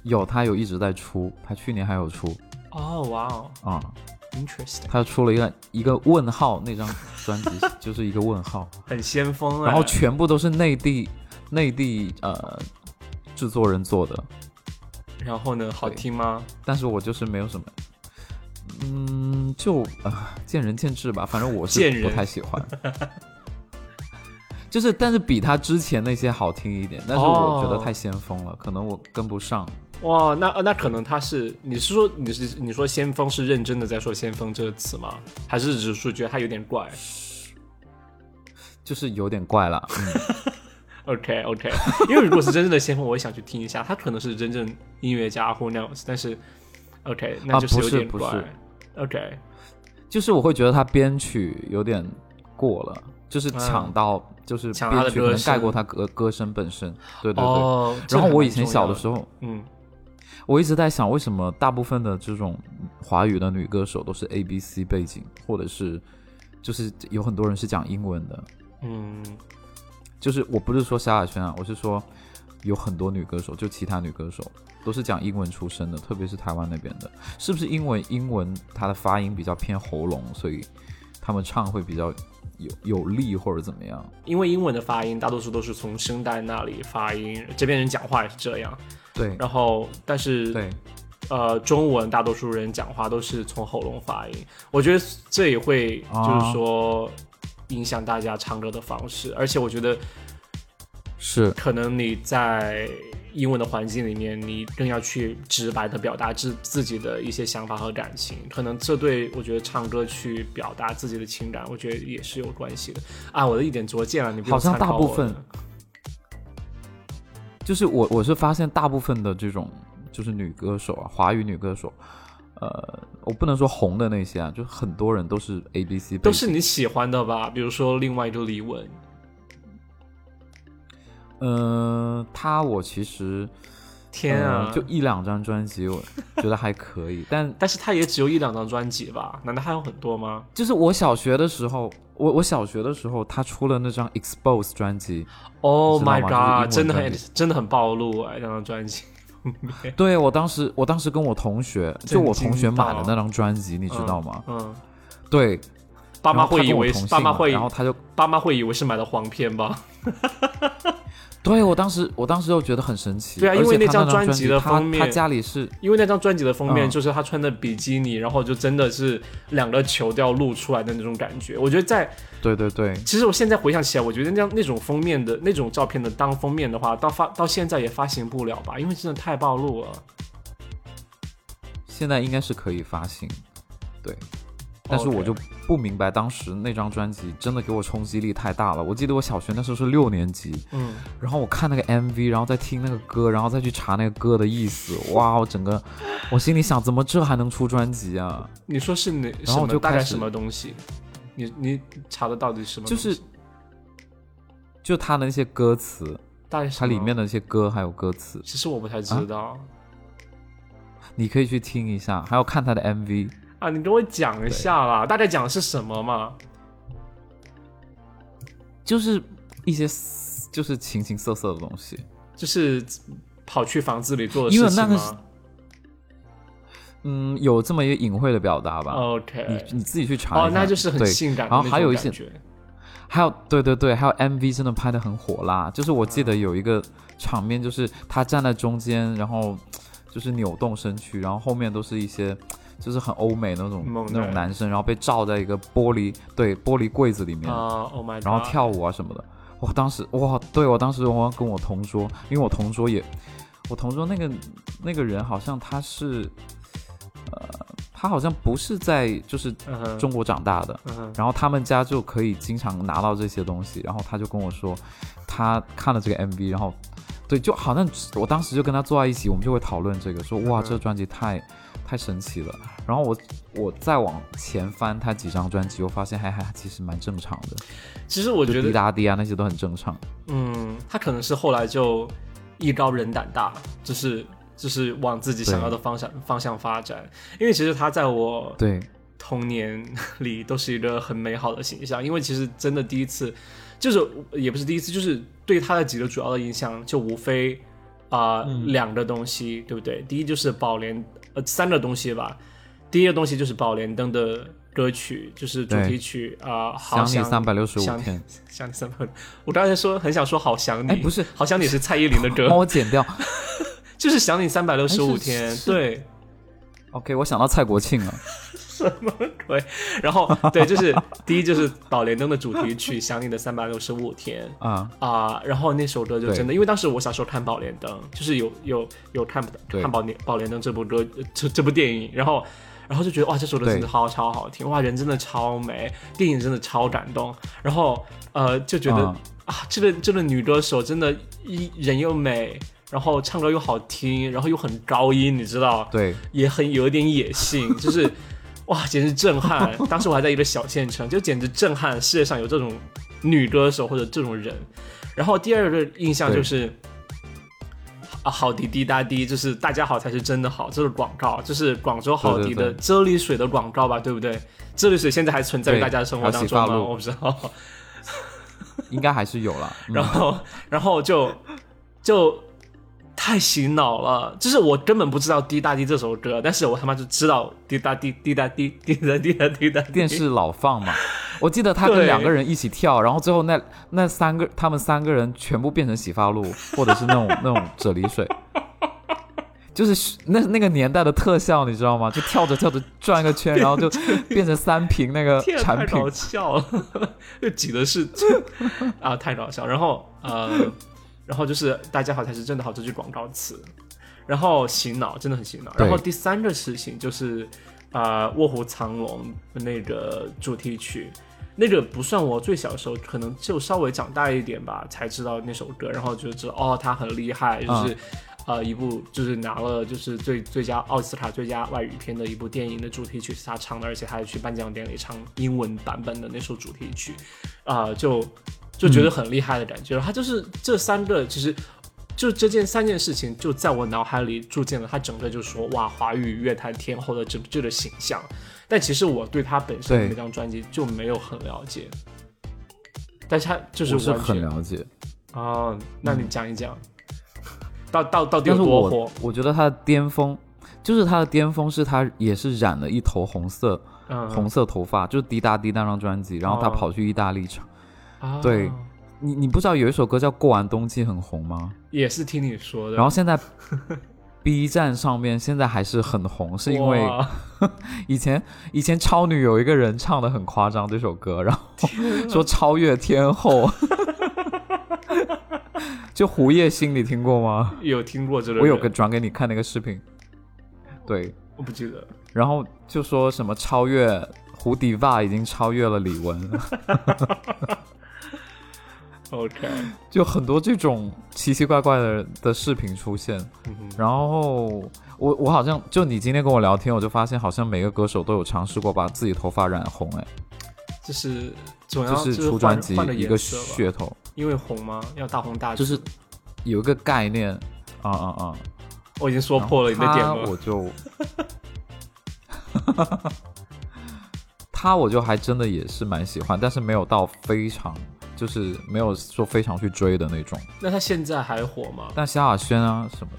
有，她有一直在出，她去年还有出哦，哇哦啊、 ，interesting，她出了一个一个问号那张专辑就是一个问 号，很先锋哎。然后全部都是内地内地呃制作人做的，然后呢，好听吗？但是我就是没有什么，嗯，就啊、见仁见智吧。反正我见是人不太喜欢， 就是但是比他之前那些好听一点，但是我觉得哦太先锋了，可能我跟不上。哇，那呃那可能他是，你是说你是你说先锋是认真的在说先锋这个词吗？还是只是觉得他有点怪就是有点怪了， ？OK OK，因为 如果是真正的先锋，我也想去听一下。他可能是真正音乐家 who knows，但是 OK，那就是有点怪。啊不是 OK，就是我会觉得他编曲有点过了，就是抢到，就是嗯抢他的编曲歌可能盖声过他歌歌声本身。对对对。哦，然后我以前小的候，时候，嗯，我一直在想，为什么大部分的这种华语的女歌手都是 A B C 背景，或者是就是有很多人是讲英文的。嗯，就是我不是说萧亚轩啊，我是说有很多女歌手，就其他女歌手都是讲英文出身的，特别是台湾那边的，是不是因为英文它的发音比较偏喉咙，所以他们唱会比较有有力或者怎么样？因为英文的发音大多数都是从声带那里发音，这边人讲话也是这样。对然后，但是对，呃，中文大多数人讲话都是从喉咙发音，我觉得这也会就啊是说影响大家唱歌的方式，而且我觉得是可能你在英文的环境里面，你更要去直白的表达自自己的一些想法和感情，可能这对我觉得唱歌去表达自己的情感，我觉得也是有关系的啊。我的一点拙见了，你不用好像参考大部我了分就是我我是发现大部分的这种就是女歌手啊，华语女歌手，呃，我不能说红的那些啊，就很多人都是 A B C，都是你喜欢的吧，比如说另外一个李玟，嗯、呃，她我其实天啊，呃就一两张专辑，我觉得还可以， 但但是他也只有一两张专辑吧？难道还有很多吗？就是我小学的时候，我我小学的时候，她出了那张 Expose 专辑， Oh 知道 my 吗 god！就是真英文的很专真的很暴露哎，那张专辑。对我当时我当时跟我同学，就我同学买的那张专辑，你知道吗？嗯，对，爸妈然后她会以跟我为同是姓爸妈嘛会以然后他就爸妈会以为是买的黄片吧？对我当时，我当时就觉得很神奇。对啊因为而且那他张那专专辑的他封面他家里是因为那张专辑的封面嗯就是他穿的比基尼，然后就真的是两个球都要露出来的那种感觉。我觉得在对对对，其实我现在回想起来，我觉得那样那种封面的那种照片的当封面的话，到发到现在也发行不了吧？因为真的太暴露了。现在应该是可以发行，对。但是 OK 我就不明白，当时那张专辑真的给我冲击力太大了。我记得我小学那时候是六年级，嗯，然后我看那个 MV，然后再听那个歌，然后再去查那个歌的意思。哇，我整个，我心里想，怎么这还能出专辑啊？你说是哪然什后么就大开概始什么东西？你你查的到底是什么就东西？是，就他的那些歌词，大概是什它么里面的啊那些歌还有歌词，其实我不太知道。你可以去听一下，还要看他的 MV。啊，你给我讲一下啦，大概讲的是什么嘛？就是一些嘶就是形形色色的东西。就是跑去房子里做的因为事情那个吗？嗯，有这么一个隐晦的表达吧。 OK，你你自己去查一下。哦，那就是很对性感的然那种感后觉。还有一些还有对对对，还有 MV 真的拍的很火辣，就是我记得有一个场面，就是他站在中间，然后就是扭动身躯，然后后面都是一些就是很欧美那种猛那种男男生，然后被罩在一个玻璃对玻璃柜子里面，啊，Oh my，然后，跳舞啊什么的。我当时哇，对我当时我跟我同桌，因为我同桌也，我同桌那个那个人好像他是，呃，他好像不是在就是嗯哼，中国长大的，嗯哼，然后他们家就可以经常拿到这些东西，然后他就跟我说，他看了这个 MV，然后对，就好像我当时就跟他坐在一起，我们就会讨论这个，说哇，嗯这个专辑太太神奇了。然后我我再往前翻他几张专辑，我发现还还其实蛮正常的，其实我就觉滴得，答滴啊那些都很正常。嗯，他可能是后来就艺高人胆大，就是就是往自己想要的方向方向发展。因为其实他在我对，童年里都是一个很美好的形象，因为其实真的第一次，就是也不是第一次，就是对他的几个主要的印象就无非啊、嗯两个东西，对不对？第一就是宝莲，呃，三个东西吧。第一个东西就是宝莲灯的歌曲，就是主题曲啊、好想想你三百六十想五你天，想你三百六，我刚才说很想说好想你，哎不是好想你是蔡依林的 帮歌，我剪掉。就是想你三百六十五哎是天，是对。 OK，我想到蔡国庆了。对，然后对，就是第一就是宝莲灯的主题曲《想你的三百六十五天》啊、啊、然后那首歌就对真的，因为当时我小时候看《宝莲灯》，就是有有有看对看宝莲宝莲灯这部歌呃这这部电影，然后然后就觉得哇，这首歌对真的超超好听，哇，人真的超美，电影真的超感动，然后呃就觉得、啊啊，这个这个女歌手真的一人又美，然后唱歌又好听，然后又很高音，你知道？对，也很有一点野 性，就是哇，简直震撼！当时我还在一个小县城，就简直震撼世界上有这种女歌手或者这种人。然后第二个印象就是。啊，好滴滴答滴，就是大家好才是真的好，这是广告，就是广州好滴对的对对啫喱水的广告吧，对不对？啫喱水现在还存在于对大家的生还活有当洗中发吗？露我不知道。应该还是有 了。嗯然后然后就就太洗脑了，就是我根本不知道《滴答滴》这首歌，但是我他妈就知道滴答滴滴答滴滴答滴答滴答滴电视老放嘛。我记得他跟对两个人一起跳，然后最后那那三个他们三个人全部变成洗发露，或者是 那种那种啫喱水，就是那那个年代的特效，你知道吗？就跳着跳着转个 圈，然后就变成三瓶那个 天啊产太品搞。笑了， 就挤的是啊，太搞笑。然后呃，然后就是“大家好才是真的好”这句广告词，然后洗脑真的很洗脑。然后对第三个事情就是啊，呃卧虎藏龙》的那个主题曲。那个不算我最小的时候，可能就稍微长大一点吧，才知道那首歌，然后就知道哦，他很厉害，就是、呃一部就是拿了就是最最佳奥斯卡最佳外语片的一部电影的主题曲是他唱的，而且他还去颁奖典礼唱英文版本的那首主题曲，啊、就就嗯觉得很厉害的感觉。他就是这三个其实。就这件三件事情，就在我脑海里铸建了他整个就说哇，华语乐坛天后的这这个形象。但其实我对他本身的对每张专辑就没有很了解，但是他就是我是完很全了解，啊，那你讲一讲，到到到底但有是多我火？我觉得他的巅峰，就是他的巅峰是他也是染了一头红色嗯，红色头发，就是滴答滴那张专辑，然后他哦跑去意大利唱。啊对你你不知道有一首歌叫《过完冬季》很红吗？也是听你说的。然后现在 B 站上面现在还是很红，是因为哇以前以前超女有一个人唱的很夸张这首歌，然后说超越 天后，就胡叶欣，你听过吗？有听过这个人？我有个转给你看那个视频，对，我不记得。然后就说什么超越胡迪爸已经超越了李玟， OK，就很多这种奇奇怪怪的的视频出现。嗯哼然后我我好像就你今天跟我聊天，我就发现好像每个歌手都有尝试过把自己头发染红，哎，就是总要就就是是出换专辑换了一颜个色吧噱头，因为红吗？要大红大紫。就是有一个概念，啊啊啊，我已经说破了你的点然后他了我。就， 他我就还真的也是蛮喜欢，但是没有到非常，就是没有说非常去追的那种。那他现在还火吗？但萧亚轩啊什么，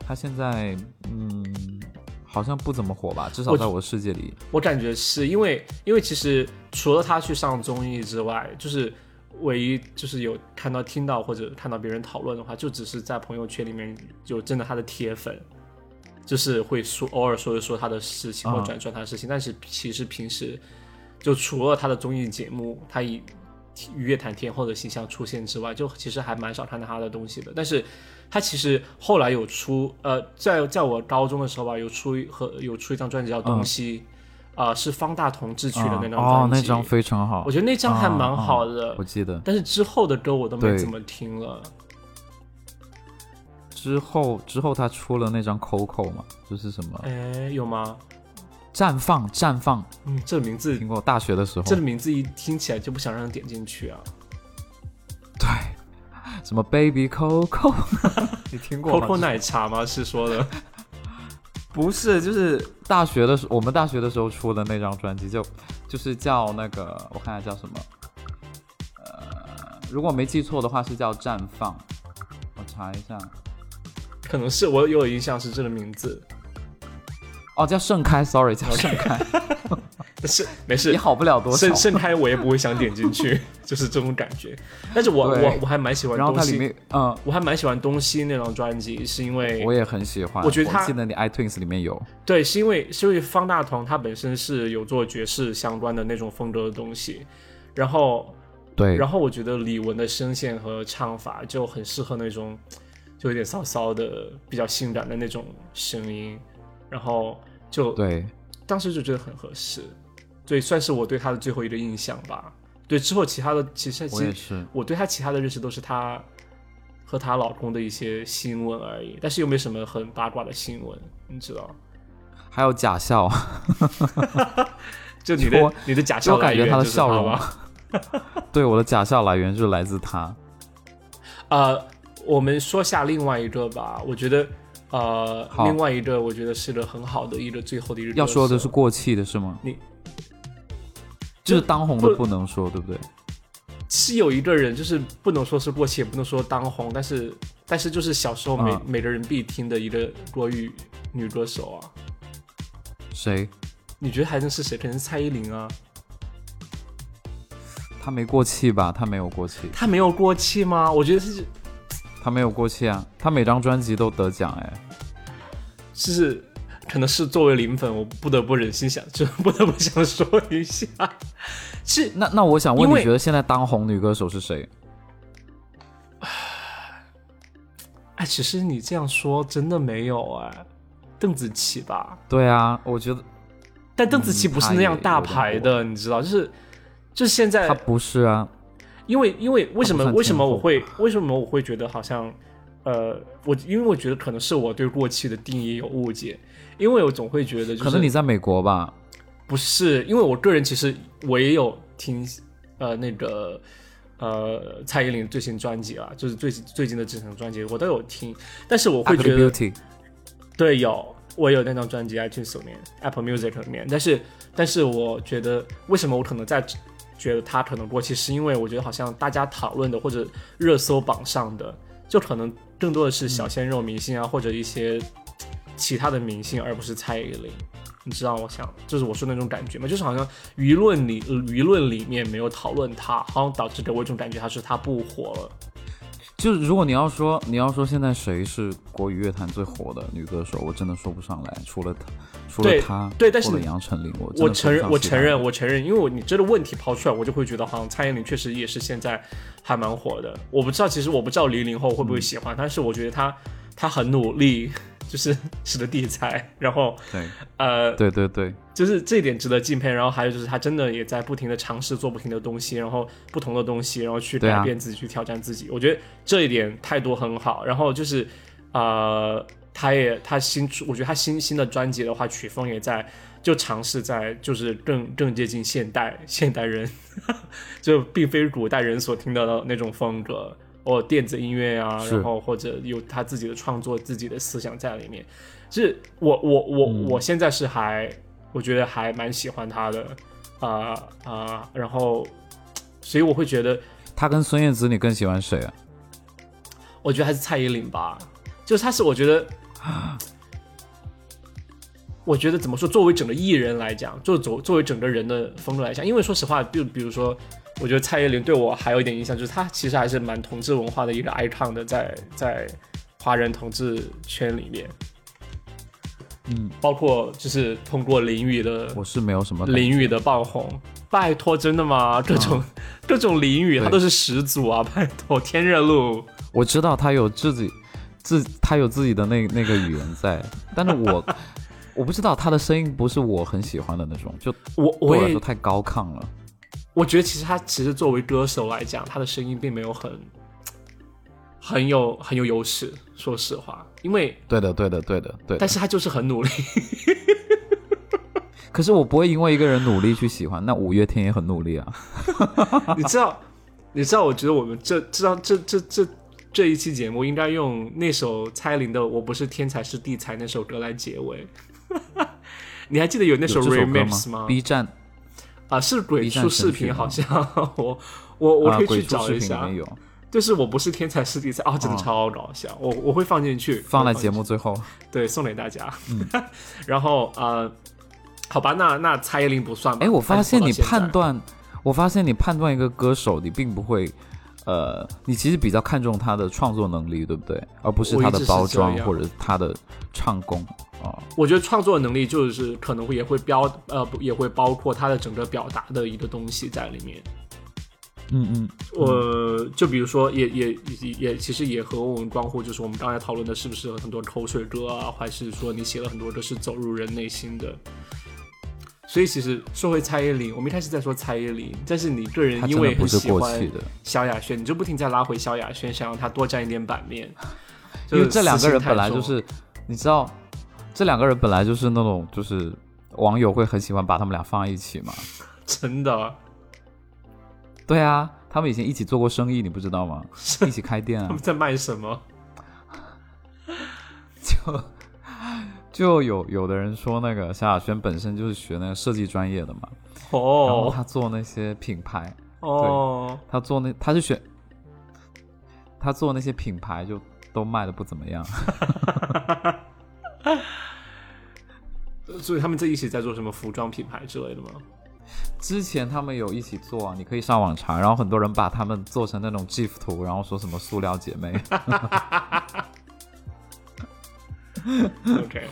他现在嗯好像不怎么火吧，至少在我的世界里，我感觉是因为，因为其实除了他去上综艺之外，就是唯一就是有看到、听到或者看到别人讨论的话，就只是在朋友圈里面有真的他的铁粉，就是会说偶尔说一说他的事情啊或转转他的事情，但是其实平时就除了他的综艺节目，他以乐坛天后的形象出现之外，就其实还蛮少看到他的东西的。但是他其实后来有出，呃，在在我高中的时候吧，有出一和有出一张专辑叫《东西》，啊、是方大同制曲的那张专辑。哦，那张非常好我，觉得那张还蛮好的，我记得但是之后的歌我都没对怎么听了。之后之后他出了那张 Coco 嘛，就是什么哎，有吗？绽放绽放，嗯，这个名字听，过大学的时候，这个名字一听起来就不想让人点进去啊。对，什么 Baby Coco，你 听过吗 Coco 奶茶吗？是说的 不是，就是大学的时候，我们大学的时候出的那张专辑就，就是叫那个，我看一下叫什么，呃，如果没记错的话是叫《绽放》，我查一下，可能是我有印象是这个名字，哦，叫盛开，sorry，叫盛开，但哦 是没事也，好不了多少盛。盛开我也不会想点进去， 就是这种感觉。但是我对我我还蛮喜欢然后东它里西，面，嗯、我还蛮喜欢东西那张专辑，是因为我也很喜欢，我觉得它记得你 iTunes 里面有，对，是因为是因为方大同他本身是有做爵士相关的那种风格的东西，然后对，然后我觉得李玟的声线和唱法就很适合那种就有点骚骚的、比较性感的那种声音，然后就对，当时就觉得很合适，对，算是我对他的最后一个印象吧。对，之后其他的其实我其也实是，我对她其他的认识都是她和她老公的一些新闻而已，但是又没什么很八卦的新闻，你知道。还有假笑，就你我的你的假就笑我来感觉源他的就是笑容吧？， 对，我的假笑来源就是来自他，呃，我们说下另外一个吧，我觉得呃，好另外一个我觉得是个很好的一个最后的一个要说的歌是手过气的是吗？你就是当红的不不能说，对不对？是有一个人，就是不能说是过气，也不能说当红，但是但是就是小时候每、嗯每个人必听的一个国语女歌手啊，谁？你觉得还能是谁？可能是蔡依林啊，他没过气吧？他没有过气，她没有过气吗？我觉得是他没有过气啊！他每张专辑都得奖哎。是。可能是作为零粉，我不得不忍心想，就 不得不想说一下， 是那那我想问，因你为觉得现在当红女歌手是谁？哎，其实你这样说真的没有哎，邓紫棋吧？对啊，我觉得但邓紫棋嗯不是她那也样大有点牌的，你知道，就是就是现在她，不是啊。哎因为因为为什么算为什么天后我会为什么我会觉得好像呃，我因为我觉得可能是我对过气的定义有误解，因为我总会觉得就是可能你在美国吧？不是，因为我个人其实我也有听，呃，那个，呃，蔡依林最新专辑啊，就是最最近的这张专辑，我都有听，但是我会觉 Ugly 得 Beauty 对，有我有那张专辑 iTunes 里面，Apple Music 里面，但是但是我觉得为什么我可能在觉得它可能过气，是因为我觉得好像大家讨论的或者热搜榜上的，就可能更多的是小鲜肉明星啊，或者一些其他的明星，而不是蔡依林。你知道我想，就是我说那种感觉吗？就是好像舆论里舆论里面没有讨论他，好像导致给我一种感觉，他是他不火了。就是如果你要说你要说现在谁是国语乐坛最火的女歌手，我真的说不上来，除了她，除了对她，对但是除了你杨丞琳，我真我的承说不认，上我其承他人认，我承认，因为我你这个问题抛出来，我就会觉得好像蔡依林确实也是现在还蛮火的。我不知道，其实我不知道零零后会嗯不会喜欢，但是我觉得她她很努力， 就是使得地才，然后呃，对对对对，就是这一点值得敬佩。然后还有就是她真的也在不停的尝试做不停的东西，然后不同的东西，然后去对啊改变自己，去挑战自己。我觉得这一点态度很好。然后就是呃，她也她新出，我觉得她新新的专辑的话，曲风也在就尝试在就是更更接近现代现代人，就并非古代人所听到的那种风格。哦，电子音乐啊，是然后或者有他自己的创作、自己的思想在里面。是我我我、我现在是还我觉得还蛮喜欢他的，啊、啊、然后所以我会觉得，她跟孙燕姿，你更喜欢谁啊？我觉得还是蔡依林吧，就是她是我觉得我觉得怎么说，作为整个艺人来讲，就作作为整个人的风格来讲，因为说实话，就比如说，我觉得蔡依林对我还有一点影响，就是她其实还是蛮同志文化的一个 icon 的，在在华人同志圈里面，嗯，包括就是通过淋雨的我是没有什么感觉淋雨的爆红，拜托，真的吗？各种、各种淋雨，对它都是始祖啊！拜托，天热路，我知道他有自己自他有自己的那那个语言在，但是我 我不知道他的声音不是我很喜欢的那种，就我对我我来也说太高亢了。我觉得其实他其实作为歌手来讲，他的声音并没有很很有很有优势，说实话，因为对的，对的，对的，对的但。是他就是很努力。 可是我不会因为一个人努力去喜欢，那五月天也很努力啊。你知道，你知道，我觉得我们这知道这这这这一期节目应该用那首蔡依林的《我不是天才是地才》那首歌来结尾。 你还记得有那那首这首歌 remix 吗？ ？B 站啊，是鬼 B 站畜视神曲频，吗好像 我我我啊可以鬼去畜找视一频里下面。有，就是我不是天才是地才啊，真的哦超搞笑，我我会放进去，放我会在节目最后。对，送给大家。嗯 然后呃，好吧，那那蔡依林不算吧。哎，我发现你判断断，我发现你判断一个歌手，你并不会，呃，你其实比较看重他的创作能力，对不对？而不是我一他的直是包这装样或者他的唱功啊。我觉得创作能力就是可能会也会标呃不也会包括他的整个表达的一个东西在里面。嗯嗯，呃，就比如说也也也也其实也和我们关乎，就是我们刚才讨论的是不是很多口水歌啊，还是说你写了很多歌是走入人内心的。所以其实说回蔡依林，我们一开始在说蔡依林，但是你个人他因真的为不很是喜过欢气的，萧亚轩，你就不停在拉回萧亚轩，想让他多占一点版 面。因为这两个就是私心人太本来就重是，你知道，这两个人本来就是那种就是网友会很喜欢把他们俩放在一起嘛。真嗯的，对啊，他们以前一起做过生意，你不知 道吗？一起开店他啊们，在卖什 么？就就有有的人说那个萧亚轩本身就是学那个设计专业的嘛，然后哦他做那些品牌，哦，他做那他是选他做那些品牌就都卖的不怎么样。 所以他们在一起在做什么服装品牌之 类的吗？之前他们有一起做啊，你可以上网查，然后很多人把他们做成那种 GIF 图，然后说什么塑料姐 妹。 OK，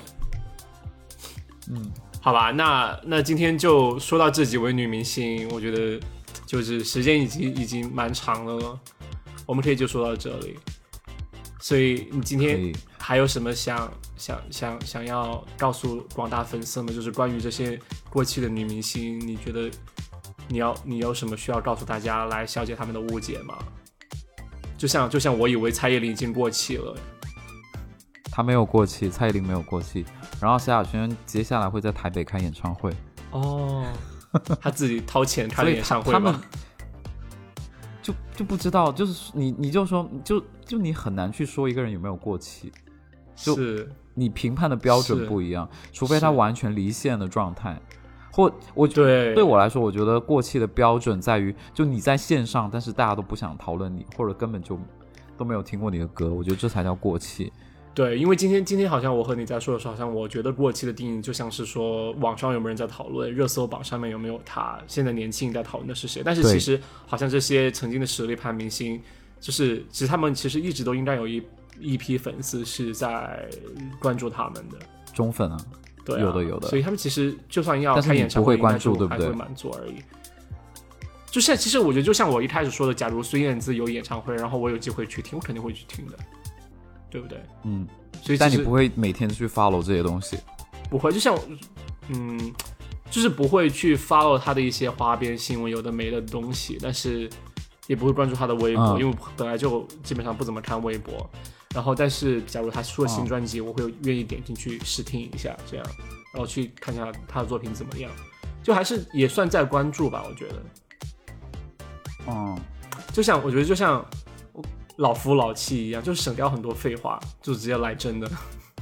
嗯，嗯好吧，那那今天就说到这几位女明星，我觉得就是时间已经已经蛮长了了，我们可以就说到这里。所以你今可以天还有什么想想想想要告诉广大粉丝们，就是关于这些过气的女明星，你觉得你要你有什么需要告诉大家来消解他们的误解吗？就像就像我以为蔡依林已经过气了，他没有过气，蔡依林没有过气，然后萧亚轩接下来会在台北开演唱会，哦，他自己掏钱开所了以演他唱会他们吗？，就就不知道，就是你你就说就就你很难去说一个人有没有过气，就是你评判的标是准不一样，除非他是完全离线的状态，或我觉对，对我来说，我觉得过气的标准在于，就你在线上，但是大家都不想讨论你，或者根本就都没有听过你的歌，我觉得这才叫过气。对，因为今天今天好像我和你在说的时候，好像我觉得过期的定义就像是说网上有没有人在讨论，热搜榜上面有没有他，现在年轻一代讨论的是谁？但是对其实好像这些曾经的实力派明星，就是其实他们其实一直都应该有一一批粉丝是在关注他们的，中粉啊，对啊、有的有的所以他们其实就算要但是开你演唱不会会，应该关注就对不还会对满足而已。就像其实我觉得，就像我一开始说的，假如孙燕姿有演唱会，然后我有机会去听，我肯定会去听的，对不对？嗯，所以但其你实不会每天去 follow 这些东西。不会，就像，嗯，就是不会去 follow 他的一些花边新闻，有的没的东西，但是也不会关注他的微博，嗯因为我本来就基本上不怎么看微博。然后，但是假如他出了新专辑，我会愿意点进去试听一下，这样，然后去看一下他的作品怎么样，就还是也算在关注吧，我觉得。嗯，就像我觉得就像老夫老妻一样，就是省掉很多废话，就直接来真的。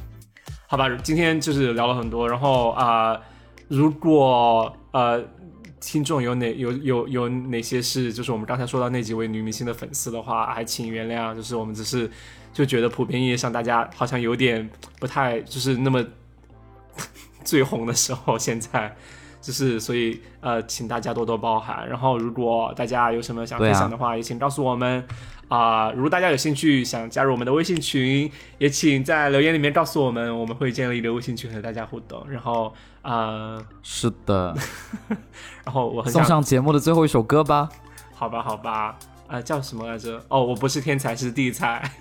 好吧，今天就是聊了很多，然后啊、呃如果呃听众有哪有有有哪些是就是我们刚才说到那几位女明星的粉丝的话，还请原谅，就是我们只是就觉得普遍意义上大家好像有点不太就是那么 最红的时候，现在就是所以呃，请大家多多包涵。然后如果大家有什么想对啊分享的话，也请告诉我们啊、如果大家有兴趣想加入我们的微信群，也请在留言里面告诉我们，我们会建立一个微信群和大家互动。然后呃，是的，然后我很送想上节目的最后一首歌吧。好吧，好吧，呃，叫什么来着？哦，我不是天才，是地才。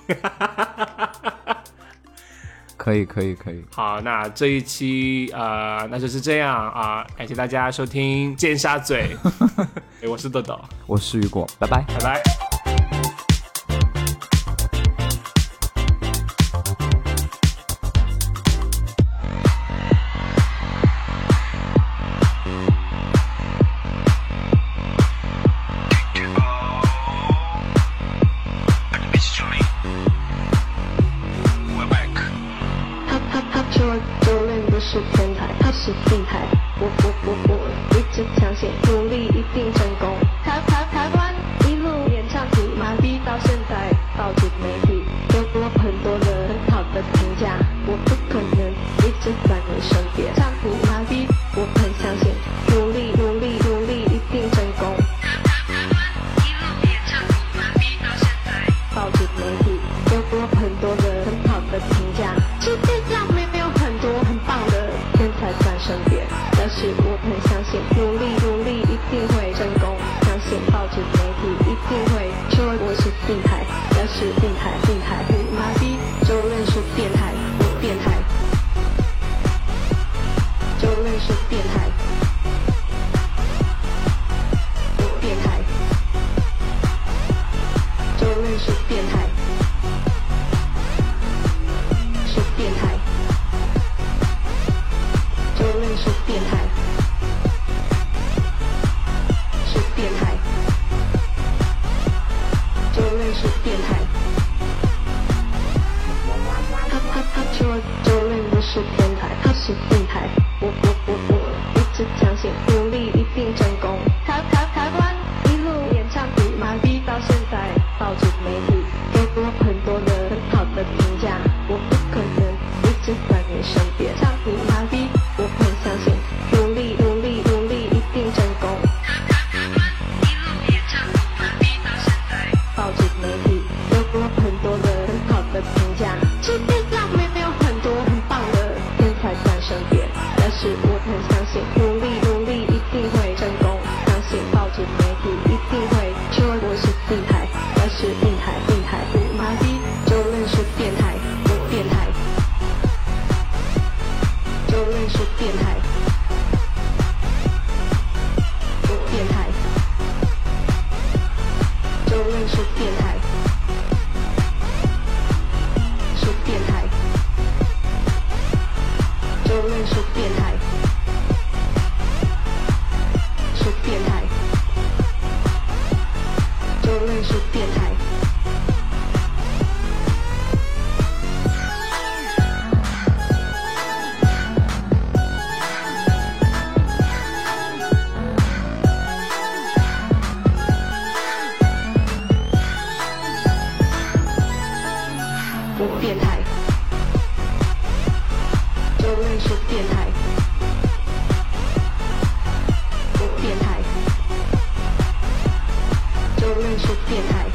可以，可以，可以。好，那这一期呃，那就是这样啊、感谢大家收听《尖沙咀》，我是豆豆，我是雨果，拜拜。拜拜。他他他说九零不是天才，他是地才。我我我我一直相信努力一定成功。台台台湾一路演唱起马逼到现在，报纸媒体给我很多人很好的评价。我不可能一直在你身边，唱起马逼，我很相信努力努力努力一定成功。报纸媒体给我很多的很好的评价。世界上明明有很多很棒的天才在身边，但是我很相信努力努力一定会成功。相信报纸媒体一定会说我是病态，但是病态病态不麻痹，就认识变态，我变态，就认识变态，我变态。就认识变态，是变态，就认识变态，是变态，就认识变态。他他他说就认不是天才，他是病态。我我我我一直相信努力一定成功。台台台湾一路演唱比麻痹到现在，报纸媒体给我很多的很好的评价。我不可能一直在你身边，唱比麻痹，我很相信努力努力努力一定成功。报纸媒体给我很多的很好的评价。世界上明明有很多很棒的天才在身边，但是我很相信努力努力一定会成功。相信报纸媒体一定会说我是病态，但是病态病态不麻痹，就认识变态，我变态，就认识变态，我变态。就认识变态，是变态，就认识变态，是变态，就认识变态。我变态，就认识变态，我变态，就认识变态。